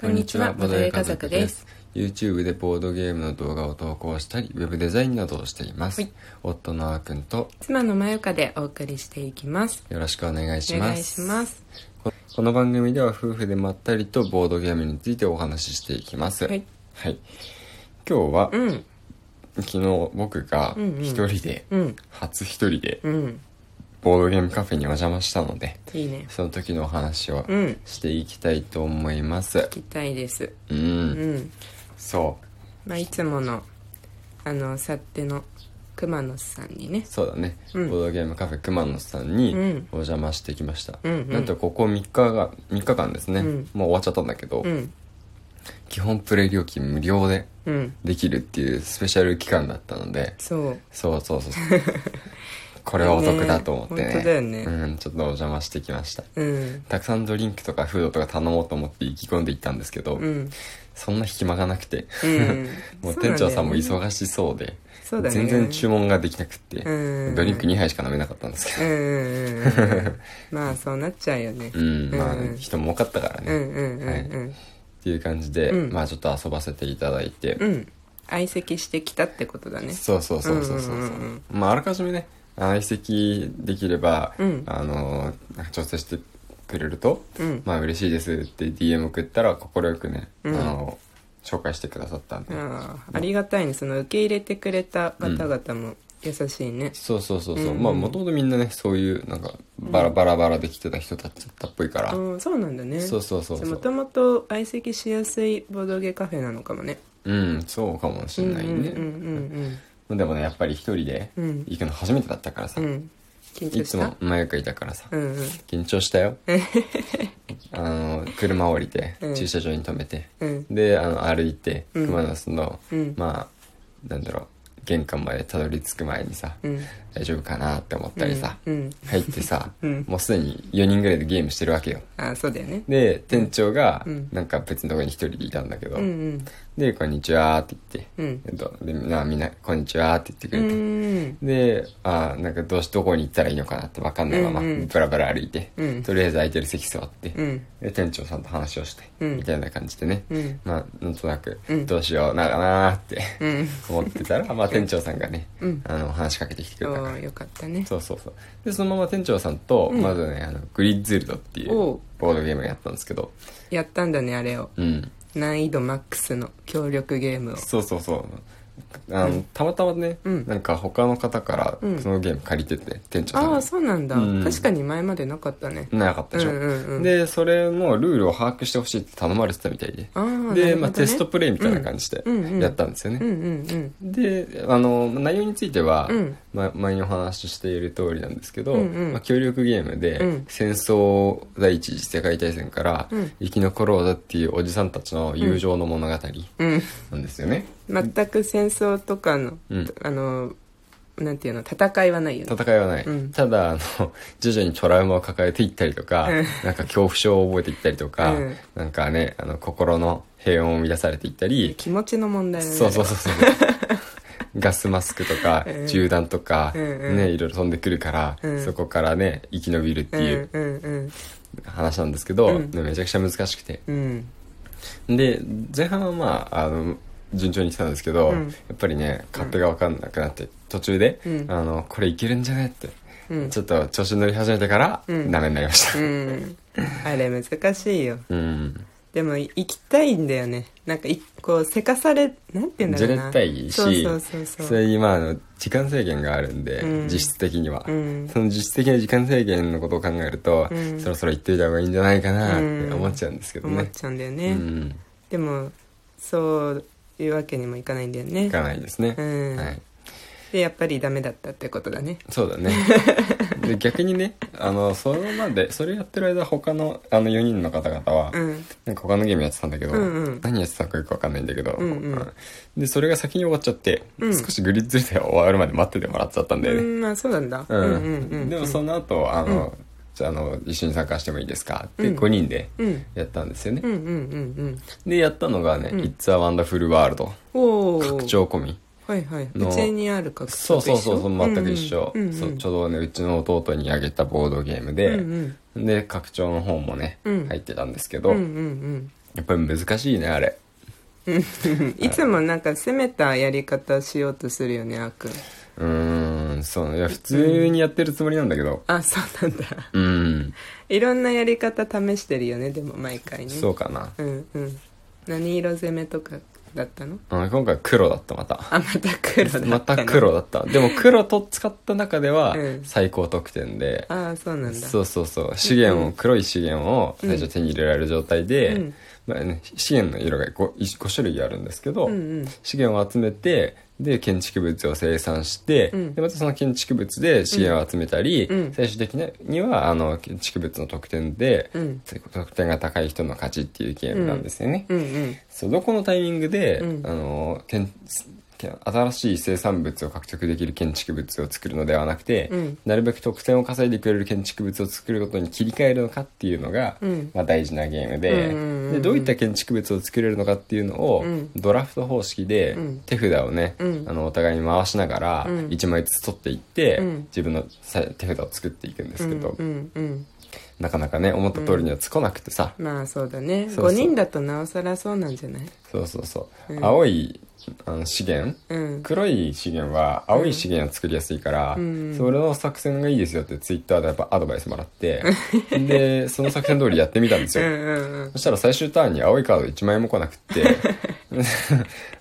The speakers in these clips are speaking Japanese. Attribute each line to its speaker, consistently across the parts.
Speaker 1: こんにちは、ボドゲ家族です。。
Speaker 2: YouTube でボードゲームの動画を投稿したり、ウェブデザインなどをしています。
Speaker 1: はい
Speaker 2: 夫のあーくんと
Speaker 1: 妻のまゆかでお送りしていきます。
Speaker 2: よろしくお願いし
Speaker 1: お
Speaker 2: ます。
Speaker 1: 願いします。
Speaker 2: ここの番組では夫婦でまったりとボードゲームについてお話ししていきます。
Speaker 1: はい。
Speaker 2: はい今日は、
Speaker 1: うん、
Speaker 2: 昨日僕が
Speaker 1: うんうん
Speaker 2: 一人で、
Speaker 1: うん、
Speaker 2: 初一人で
Speaker 1: うん。
Speaker 2: ボードゲームカフェにお邪魔したので、
Speaker 1: いいね。
Speaker 2: その時のお話を
Speaker 1: うん。
Speaker 2: していきたいと思います。
Speaker 1: 聞きたいです。う
Speaker 2: う、
Speaker 1: んん。
Speaker 2: そう。
Speaker 1: まあ、いつもの、あの、さっての、熊野さんにね。
Speaker 2: そうだね、
Speaker 1: うん
Speaker 2: ボードゲームカフェ熊野さんに
Speaker 1: うん
Speaker 2: お邪魔してきました、
Speaker 1: うんうん
Speaker 2: なんとここ3日が3日間ですね、
Speaker 1: うん
Speaker 2: もう終わっちゃったんだけど、
Speaker 1: うん、
Speaker 2: 基本プレイ料金無料で
Speaker 1: うん。
Speaker 2: できるっていうスペシャル期間だったので
Speaker 1: そう。
Speaker 2: そうそうそう これはお得だと思ってね
Speaker 1: ね本当だよね
Speaker 2: うん、ちょっとお邪魔してきました
Speaker 1: うん、
Speaker 2: たくさんドリンクとかフードとか頼もうと思って意気込んでいったんですけど、
Speaker 1: うん。
Speaker 2: そんな暇がなくて
Speaker 1: うん。
Speaker 2: もう店長さんも
Speaker 1: そう
Speaker 2: 忙しそうで
Speaker 1: なんだよね、そうだね。
Speaker 2: 全然注
Speaker 1: 文。
Speaker 2: 文ができなくて、
Speaker 1: うん
Speaker 2: ドリンク2杯しか飲めなかったんですけど
Speaker 1: うんうんうんうん。まあ、そうなっちゃうよね。
Speaker 2: うん、まあ
Speaker 1: うんうん
Speaker 2: 人も多かったからね、
Speaker 1: う
Speaker 2: っ
Speaker 1: んうんうん
Speaker 2: ていう感じで、
Speaker 1: うん
Speaker 2: まあちょっと遊ばせていただいて、
Speaker 1: うん。うん。相席してきたってことだね。
Speaker 2: そうそうそうそうそう,、
Speaker 1: うんうんうん
Speaker 2: まああらかじめね相席できれば、
Speaker 1: うん
Speaker 2: あの調整してくれると、
Speaker 1: うん。
Speaker 2: まあ嬉しいですって DM 送ったら快くね、
Speaker 1: うん
Speaker 2: あの紹介してくださったんで、
Speaker 1: ああありがたいねその受け入れてくれた方々も優しいね、
Speaker 2: そうそうそうそう、
Speaker 1: うんうん
Speaker 2: まあもともとみんなねそういうなんかバラバラバラできてた人たちだったっぽいから、
Speaker 1: うんそうなんだね
Speaker 2: そうそうそうそ
Speaker 1: も
Speaker 2: う
Speaker 1: ともと相席しやすいボードゲカフェなのかもね
Speaker 2: うんそうかもし
Speaker 1: う
Speaker 2: れ
Speaker 1: んうん
Speaker 2: ないね、
Speaker 1: うん
Speaker 2: でもねやっぱり一人で
Speaker 1: うんうん
Speaker 2: 行くの初めてだったからさ、
Speaker 1: うんうん緊
Speaker 2: い
Speaker 1: 張
Speaker 2: つ
Speaker 1: した
Speaker 2: もマユカいたからさ、
Speaker 1: うんうん
Speaker 2: 緊張した よあの車降りて、
Speaker 1: うん
Speaker 2: 駐車場に止めて
Speaker 1: うん
Speaker 2: であの歩いて
Speaker 1: うん
Speaker 2: 熊野さんの、
Speaker 1: うん
Speaker 2: まあなんだろう玄関までたどり着く前にさ、
Speaker 1: うん
Speaker 2: 大丈夫かなって思ったりさ、
Speaker 1: うんうん
Speaker 2: 入ってさ、
Speaker 1: うん
Speaker 2: もうすでに4人ぐらいでゲームしてるわけよ
Speaker 1: ああそうだよね
Speaker 2: で店長が
Speaker 1: うん
Speaker 2: なんか別のとこに一人でいたんだけど、
Speaker 1: うんうん
Speaker 2: で「こんにちは」って言って、
Speaker 1: うん
Speaker 2: えっとでなみんな「こんにちは」って言ってく
Speaker 1: う
Speaker 2: れて、
Speaker 1: ん
Speaker 2: で、あーなんかどうし、どこに行ったらいいのかなって分かんないまま、
Speaker 1: うんうん
Speaker 2: ブラブラ歩いて、
Speaker 1: うん
Speaker 2: とりあえず空いてる席座って、
Speaker 1: うん
Speaker 2: で、店長さんと話をして、
Speaker 1: うん
Speaker 2: みたいな感じでね、
Speaker 1: うん
Speaker 2: まあ、なんとなく
Speaker 1: う、ん
Speaker 2: どうしようなかなーって、
Speaker 1: うん
Speaker 2: 思ってたら、まあ、店長さんがね、
Speaker 1: うん
Speaker 2: あの、話しかけてきてくれた
Speaker 1: お
Speaker 2: から
Speaker 1: ー。よかったね
Speaker 2: そうそうそう。で、そのまま店長さんと、
Speaker 1: うん
Speaker 2: まずね、あの、グリッズルドっていう
Speaker 1: おう
Speaker 2: ボードゲームをやったんですけど、
Speaker 1: やったんだねあれを
Speaker 2: うん。
Speaker 1: 難易度マックスの協力ゲームを
Speaker 2: そうそうそう。あの、たまたまね、
Speaker 1: うん
Speaker 2: なんか他の方から、
Speaker 1: うん
Speaker 2: そのゲーム借りてて、店長さん
Speaker 1: あ
Speaker 2: が
Speaker 1: あそうなんだ、
Speaker 2: うん
Speaker 1: 確かに前までなかったね
Speaker 2: なかったでしょ、
Speaker 1: うんうんうん
Speaker 2: でそれのルールを把握してほしいって頼まれてたみたいで
Speaker 1: ああなるほど
Speaker 2: で、
Speaker 1: ね
Speaker 2: まあ、テストプレイみたいな感じで
Speaker 1: うんうん
Speaker 2: やったんですよね、
Speaker 1: うんうん
Speaker 2: であの内容については、
Speaker 1: うん
Speaker 2: ま、前にお話ししている通りなんですけど、
Speaker 1: うんうん
Speaker 2: まあ、協力ゲームで、
Speaker 1: うん
Speaker 2: 戦争第一次世界大戦から
Speaker 1: うん
Speaker 2: 生き残ろうだっていうおじさんたちの友情の物語
Speaker 1: うんうん
Speaker 2: なんですよね、
Speaker 1: 全く戦争とかの、
Speaker 2: うん
Speaker 1: あのなんていうの戦いはないよね
Speaker 2: 戦いはない、
Speaker 1: うん
Speaker 2: ただあの 徐々にトラウマを抱えていったりとか、
Speaker 1: うん
Speaker 2: なんか恐怖症を覚えていったりとか、
Speaker 1: うん
Speaker 2: なんかねあの心の平穏を乱されていったり、
Speaker 1: 気持ちの問題だね
Speaker 2: そうそうそ うそうガスマスクとか
Speaker 1: うん
Speaker 2: 銃弾とか、
Speaker 1: うんうん
Speaker 2: ねいろいろ飛んでくるから、
Speaker 1: うん
Speaker 2: そこからね生き延びるって
Speaker 1: うん
Speaker 2: いう
Speaker 1: うんうん
Speaker 2: 話なんですけど、
Speaker 1: うん
Speaker 2: めちゃくちゃ難しくて
Speaker 1: うん
Speaker 2: で前半はまああの順調に来たんですけど、
Speaker 1: うん
Speaker 2: やっぱりね勝手が分かんなくなって途中で、
Speaker 1: うん
Speaker 2: あのこれいけるんじゃねって、
Speaker 1: うん
Speaker 2: ちょっと調子に乗り始めてから、
Speaker 1: うん
Speaker 2: ダメになりました
Speaker 1: うんあれ難しいよ
Speaker 2: うん、
Speaker 1: でもい行きたいんだよねなんかいこうせかされなんていうんだ
Speaker 2: じゃ
Speaker 1: ろう
Speaker 2: れ
Speaker 1: な
Speaker 2: たいし
Speaker 1: そうそうそうそう
Speaker 2: それにまああの時間制限があるんで、
Speaker 1: うん
Speaker 2: 実質的には、
Speaker 1: うん
Speaker 2: その実質的な時間制限のことを考えると、
Speaker 1: うん
Speaker 2: そろそろ行っていた方がいいんじゃないかなって思っちゃうんですけど
Speaker 1: 思っ
Speaker 2: ね。
Speaker 1: ちゃうんだよ
Speaker 2: う
Speaker 1: ね、
Speaker 2: ん。
Speaker 1: でもそういうわけにもいかないんだよね
Speaker 2: いかないですね。
Speaker 1: うん
Speaker 2: はい。
Speaker 1: でやっぱりダメだったってことだね
Speaker 2: そうだ ね。で、逆にね、あの、そのまで、それやってる間、他の、あの、4人の方々は、
Speaker 1: うん
Speaker 2: なんか他のゲームやってたんだけど、
Speaker 1: うんうん
Speaker 2: 何やってたかよくわかんないんだけど、
Speaker 1: うんうん
Speaker 2: で、それが先に終わっちゃって、
Speaker 1: うん
Speaker 2: 少しグリッズで終わるまで待っててもらっちゃったんだよ
Speaker 1: う
Speaker 2: ね。
Speaker 1: んまあそうなんだ
Speaker 2: うん。
Speaker 1: うんうん
Speaker 2: でも、その後、あの、じゃあ、あの、一緒に参加してもいいですかって
Speaker 1: うん
Speaker 2: 5人で
Speaker 1: うん
Speaker 2: やったんですよね。
Speaker 1: うんうんうん
Speaker 2: でやったのがね「
Speaker 1: うん
Speaker 2: It's a Wonderful World
Speaker 1: うんお」お
Speaker 2: 拡張込み
Speaker 1: はいはい
Speaker 2: の
Speaker 1: うちにある拡張
Speaker 2: そうそうそうそう全く一緒、
Speaker 1: うんうん
Speaker 2: そうちょうどねうちの弟にあげたボードゲーム
Speaker 1: う
Speaker 2: で、
Speaker 1: んうん
Speaker 2: で拡張の方もね、
Speaker 1: うん
Speaker 2: 入ってたんですけ
Speaker 1: う
Speaker 2: ど、
Speaker 1: んうん
Speaker 2: やっぱり難しいねあれ
Speaker 1: いつもなんか攻めたやり方しようとするよねあーくん
Speaker 2: うーんそうねいや普通にやってるつもりなんだけど
Speaker 1: あそうなんだ
Speaker 2: うん
Speaker 1: いろんなやり方試してるよねでも毎回ね
Speaker 2: そうかな
Speaker 1: うんうん何色攻めとかだったの
Speaker 2: あ今回黒だったまた
Speaker 1: あまた黒だったの
Speaker 2: また黒だったでも黒と使った中では
Speaker 1: うん
Speaker 2: 最高得点で、
Speaker 1: ああそうなんだ
Speaker 2: そうそうそう資源を、黒い資源を最初手に入れられる状態で、
Speaker 1: うん
Speaker 2: まあね、資源の色が 5, 5種類あるんですけど、
Speaker 1: うんうん
Speaker 2: 資源を集めてで建築物を生産して、
Speaker 1: うん
Speaker 2: でまたその建築物で資源を集めたり、
Speaker 1: うん
Speaker 2: 最終的にはあの建築物の得点で、
Speaker 1: うん
Speaker 2: 得点が高い人の勝ちっていうゲームなんですよね。
Speaker 1: うんうん
Speaker 2: そうどこのタイミングで、
Speaker 1: うん
Speaker 2: あの建建新しい生産物を獲得できる建築物を作るのではなくて、
Speaker 1: うん
Speaker 2: なるべく得点を稼いでくれる建築物を作ることに切り替えるのかっていうのが、
Speaker 1: うん
Speaker 2: まあ、大事なゲームで,、
Speaker 1: うんうんうん
Speaker 2: でどういった建築物を作れるのかっていうのを、
Speaker 1: うん
Speaker 2: ドラフト方式で
Speaker 1: うん
Speaker 2: 手札をね、
Speaker 1: うん
Speaker 2: あのお互いに回しながら
Speaker 1: うん
Speaker 2: 1枚ずつ取っていって、
Speaker 1: うん
Speaker 2: 自分のさ手札を作っていくんですけど、
Speaker 1: うんうんうん
Speaker 2: なかなかね思った通りにはつかなくてさ、
Speaker 1: まあそうだね
Speaker 2: そうそう
Speaker 1: 5人だとなおさらそうなんじゃない
Speaker 2: そうそうそう、
Speaker 1: うん
Speaker 2: 青いあの資源、
Speaker 1: うん
Speaker 2: 黒い資源は青い資源を作りやすいから、
Speaker 1: ん
Speaker 2: それの作戦がいいですよってツイッターでやっぱアドバイスもらってでその作戦通りやってみたんです
Speaker 1: うん
Speaker 2: よ、
Speaker 1: うんうん
Speaker 2: そしたら最終ターンに青いカード1枚も来なくって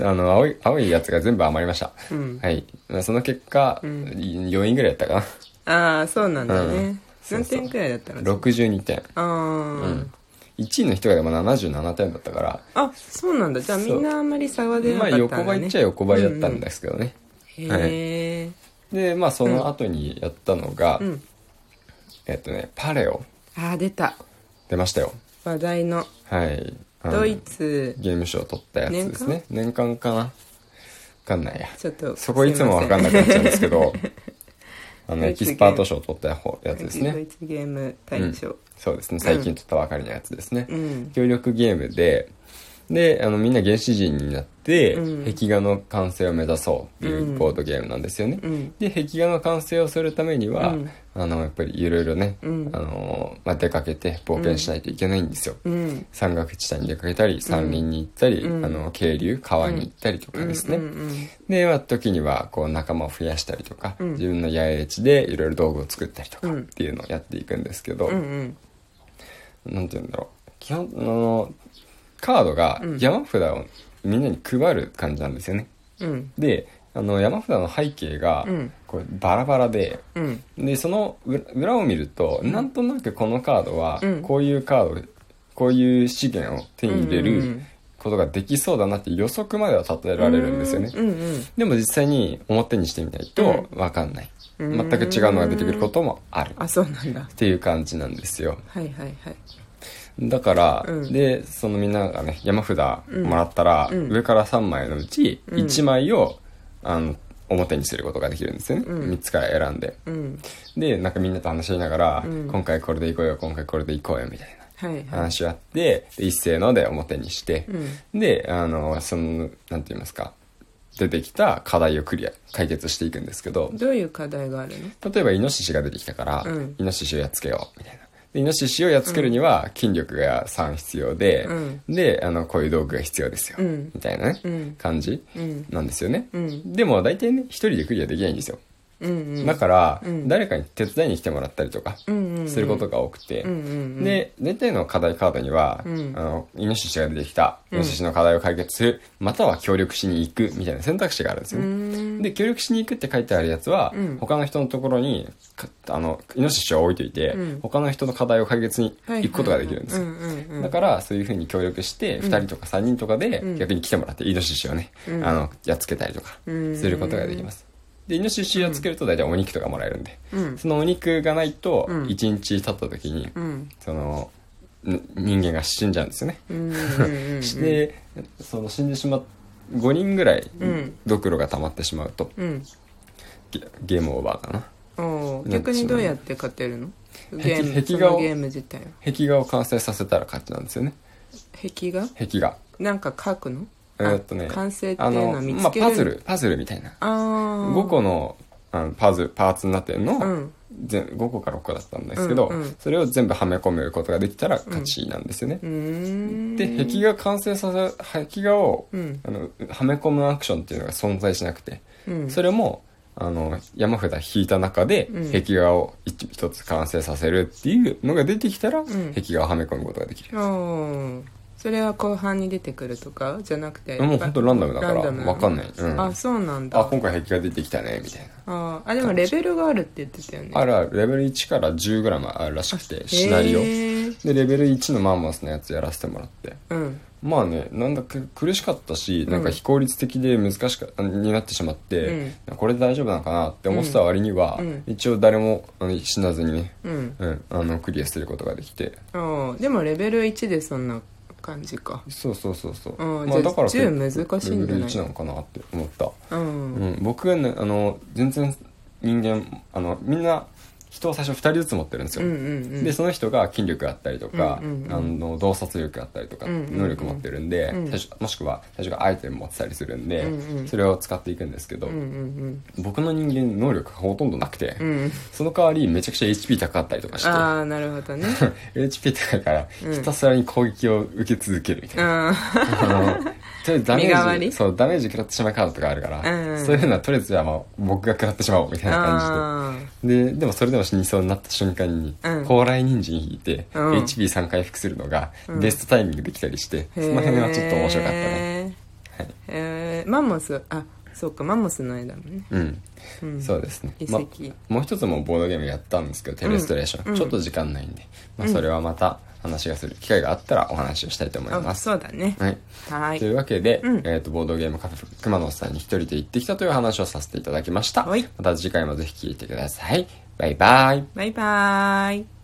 Speaker 2: あの青い青いやつが全部余りました、
Speaker 1: うん
Speaker 2: はいその結果、4位ぐらいやったか
Speaker 1: ああそうなんだね、
Speaker 2: うんそう
Speaker 1: 何
Speaker 2: そう
Speaker 1: 点くらいだったの
Speaker 2: な62点
Speaker 1: あー、
Speaker 2: 1位の人がでも77点だったから
Speaker 1: あそうなんだじゃあ
Speaker 2: そう
Speaker 1: みんなあんまり差は出な
Speaker 2: ま
Speaker 1: か
Speaker 2: あ
Speaker 1: ったんだ、ね、
Speaker 2: 横ばいっちゃ横ばいだったんですけどね、
Speaker 1: へ
Speaker 2: はい
Speaker 1: え、
Speaker 2: でまあその後にやったのが、
Speaker 1: ん
Speaker 2: えっとねパレオ
Speaker 1: ああ出た
Speaker 2: 出ましたよ
Speaker 1: 話題の
Speaker 2: はいあの
Speaker 1: ドイツ、
Speaker 2: ゲームショー取ったやつですね年間かなわかんないや
Speaker 1: ちょっと
Speaker 2: そこいつもわかんなくなっちゃうんですけどあの
Speaker 1: ド
Speaker 2: エ
Speaker 1: イツゲー
Speaker 2: キ
Speaker 1: ム
Speaker 2: スパート賞取った方やつです
Speaker 1: ドイ
Speaker 2: ね
Speaker 1: ツゲーム大賞
Speaker 2: そうですね最近取ったばかりのやつですね、
Speaker 1: うん
Speaker 2: 協力ゲームでであのみんな原始人になって、
Speaker 1: うん
Speaker 2: 壁画の完成を目指そうっていうボードゲームなんですよね、
Speaker 1: うん
Speaker 2: で壁画の完成をするためには、
Speaker 1: うん
Speaker 2: あのやっぱりいろいろね、
Speaker 1: うん
Speaker 2: あのまあ、出かけて冒険しないといけないんですよ、
Speaker 1: うん
Speaker 2: 山岳地帯に出かけたり山林に行ったり、
Speaker 1: うん
Speaker 2: あの渓流川に行ったりとかですね、
Speaker 1: うんうん
Speaker 2: で、まあ、時にはこう仲間を増やしたりとか、
Speaker 1: うん
Speaker 2: 自分の野営地でいろいろ道具を作ったりとか
Speaker 1: うん
Speaker 2: っていうのをやっていくんですけど、
Speaker 1: うんうん
Speaker 2: なんて言うんだろう基本あのカードが
Speaker 1: うん
Speaker 2: 山札をみんなに配る感じなんですよね
Speaker 1: うん
Speaker 2: であの山札の背景が
Speaker 1: うん
Speaker 2: こうバラバラで、
Speaker 1: うん
Speaker 2: でその裏裏を見ると、なんとなくこのカードは、
Speaker 1: うん
Speaker 2: こういうカードこういう資源を手に
Speaker 1: う
Speaker 2: 入れ
Speaker 1: んうんう
Speaker 2: る
Speaker 1: ん
Speaker 2: ことができそうだなって予測までは立てられるんですよね、
Speaker 1: うんうん
Speaker 2: でも実際に表にしてみないと分かんない、全く違うのが出てくることもあるっ
Speaker 1: あそうなんだ
Speaker 2: ていう感じなんですよ
Speaker 1: はいはいはい
Speaker 2: だから、
Speaker 1: うん
Speaker 2: でそのみんながね山札もらったら、
Speaker 1: うん
Speaker 2: 上から3枚のうち
Speaker 1: うん
Speaker 2: 1枚を、あの表にすることができるんですよね、
Speaker 1: うん
Speaker 2: 3つから選んで
Speaker 1: うん
Speaker 2: でなんかみんなと話し合いながら、
Speaker 1: うん
Speaker 2: 今回これでいこうよ今回これでいこうよみたい
Speaker 1: はい
Speaker 2: な
Speaker 1: はい
Speaker 2: 話をやって、で一斉ので表にして、
Speaker 1: う
Speaker 2: であのそのなんて言いますか出てきた課題をクリア解決していくんですけど
Speaker 1: んどういう課題があるの
Speaker 2: 例えばイノシシが出てきたから、
Speaker 1: うん
Speaker 2: イノシシをやっつけようみたいなでイノシシをやっつけるには筋力が3必要で、
Speaker 1: う
Speaker 2: であのこういう道具が必要ですよ、
Speaker 1: うん
Speaker 2: みたいなね、
Speaker 1: うん
Speaker 2: 感じ
Speaker 1: うん
Speaker 2: なんですよね、
Speaker 1: うん
Speaker 2: でも大体ね一人でクリアできないんですよ
Speaker 1: うんうん
Speaker 2: だから、
Speaker 1: うん
Speaker 2: 誰かに手伝いに来てもらったりとか
Speaker 1: うんうんうん
Speaker 2: することが多くて、
Speaker 1: うんうんうん
Speaker 2: で全体の課題カードには、
Speaker 1: うん
Speaker 2: あのイノシシが出てきた
Speaker 1: う
Speaker 2: イ
Speaker 1: ん
Speaker 2: ノシシの課題を解決する、または協力しに行くみたいな選択肢があるんですよ
Speaker 1: う
Speaker 2: ね、
Speaker 1: ん
Speaker 2: で協力しに行くって書いてあるやつは、
Speaker 1: うん
Speaker 2: 他の人のところにかあのイノシシを置いといて、
Speaker 1: うん
Speaker 2: 他の人の課題を解決に
Speaker 1: はいはい
Speaker 2: 行くことができるんですよ、
Speaker 1: うんうんうん
Speaker 2: だからそういうふうに協力して2人とか3人とかで
Speaker 1: うん
Speaker 2: 逆に来てもらってイノシシをね、
Speaker 1: うん
Speaker 2: あのやっつけたりとかす
Speaker 1: うん
Speaker 2: ることができますでイノシシをやっつけると大体お肉とかもらえるんで、
Speaker 1: うん
Speaker 2: そのお肉がないと
Speaker 1: うん
Speaker 2: 1日経った時に
Speaker 1: うん
Speaker 2: そのん人間が死んじゃうんですよね、
Speaker 1: うんうんうん
Speaker 2: でその死んでしまっ5人ぐらい
Speaker 1: うん
Speaker 2: ドクロが溜まってしまうと
Speaker 1: うん
Speaker 2: ゲゲームオーバーかな
Speaker 1: おー逆にどうやって勝てるのゲーム
Speaker 2: 壁画を
Speaker 1: そのゲーム自体は
Speaker 2: 壁画を完成させたら勝ちなんですよね
Speaker 1: 壁画
Speaker 2: 壁画
Speaker 1: なんか書くの
Speaker 2: えーっとね
Speaker 1: 完成ってい
Speaker 2: あ
Speaker 1: うの
Speaker 2: の
Speaker 1: は見
Speaker 2: まあ
Speaker 1: つける
Speaker 2: パズルパズルみたいな
Speaker 1: ああ
Speaker 2: 5個のあのパズルパーツになってるの
Speaker 1: う
Speaker 2: を、
Speaker 1: ん
Speaker 2: 全5個か6個だったんですけど、
Speaker 1: うんうん
Speaker 2: それを全部はめ込むことができたら勝ちなんですよね、
Speaker 1: うーん
Speaker 2: で壁画完成させ壁画を、
Speaker 1: うん
Speaker 2: あのはめ込むアクションっていうのが存在しなくて、
Speaker 1: うん
Speaker 2: それもあの山札引いた中で
Speaker 1: うん
Speaker 2: 壁画を一一つ完成させるっていうのが出てきたら、
Speaker 1: ん
Speaker 2: 壁画をはめ込むことができる、
Speaker 1: おーそれは後半に出てくるとかじゃなくて
Speaker 2: もう本当ランダムだから
Speaker 1: ランダム
Speaker 2: わかんない、うん、
Speaker 1: あそうなんだ
Speaker 2: あ今回壁画出てきたねみたいな
Speaker 1: あーあでもレベルがあるって言ってたよね
Speaker 2: あるあるレベル1から10グラムあるらしくてシナリオ
Speaker 1: へ
Speaker 2: で
Speaker 1: ー
Speaker 2: レベル1のマンモスのやつやらせてもらって
Speaker 1: うん
Speaker 2: まあねなんだか苦しかったしなんか非効率的で難しか、になってしまって、これで大丈夫なのかなって思ってた割には、
Speaker 1: うんうん
Speaker 2: 一応誰もあの死なずにね、
Speaker 1: うん
Speaker 2: うん、あのクリアすることができて
Speaker 1: あーでもレベル1でそんな感じか
Speaker 2: そうそうそうそう
Speaker 1: あーじゃあ10難しいんじゃない
Speaker 2: レベル1なのかなって思った
Speaker 1: うん、
Speaker 2: うん、僕がねあの全然人間あのみんな人を最初2人ずつ持ってるんですよ、
Speaker 1: うんうんうん
Speaker 2: でその人が筋力があったりとか、
Speaker 1: うんうんうん
Speaker 2: あの洞察力があったりとか、
Speaker 1: うんうんうん
Speaker 2: 能力持ってるんで、
Speaker 1: うん
Speaker 2: 最初もしくは最初がアイテム持ってたりするんで、
Speaker 1: うんうん
Speaker 2: それを使っていくんですけど、
Speaker 1: うんうん
Speaker 2: 僕の人間能力がほとんどなくて、
Speaker 1: うんうん
Speaker 2: その代わりめちゃくちゃ HP 高かったりとかして
Speaker 1: ああなるほど ね
Speaker 2: HP 高いから
Speaker 1: うん
Speaker 2: ひたすらに攻撃を受け続けるみたいな、
Speaker 1: あ
Speaker 2: あのとりあえずダメ
Speaker 1: 身代わ
Speaker 2: ージ
Speaker 1: り
Speaker 2: そうダメージ食らってしまうカードとかあるから、
Speaker 1: うんうん
Speaker 2: そういうのはとりあえずはまあ僕が食らってしまおうみたいな感
Speaker 1: あ
Speaker 2: じでででもそれでも死にそうになった瞬間に
Speaker 1: うん
Speaker 2: 高麗人参引いて、
Speaker 1: うん
Speaker 2: HP3 回復するのがベストタイミングできたりして、
Speaker 1: ー
Speaker 2: その辺はちょっと面白かったね
Speaker 1: へーえーマンモスあそうかマンモスの絵だもんね
Speaker 2: うん、
Speaker 1: うん
Speaker 2: そうですね
Speaker 1: 遺跡
Speaker 2: まもう一つもボードゲームやったんですけどテレストレーション、
Speaker 1: うん
Speaker 2: ちょっと時間ないんで、まあ、それはまた話がする機会があったらお話をしたいと思い
Speaker 1: あ
Speaker 2: ます、
Speaker 1: そうだね
Speaker 2: はい
Speaker 1: はい
Speaker 2: というわけで、
Speaker 1: うん
Speaker 2: えー、とボードゲームカフェ熊野さんに一人で行ってきたという話をさせていただきました、
Speaker 1: はい
Speaker 2: また次回もぜひ聞いてくださいバイバイ
Speaker 1: バイバーイ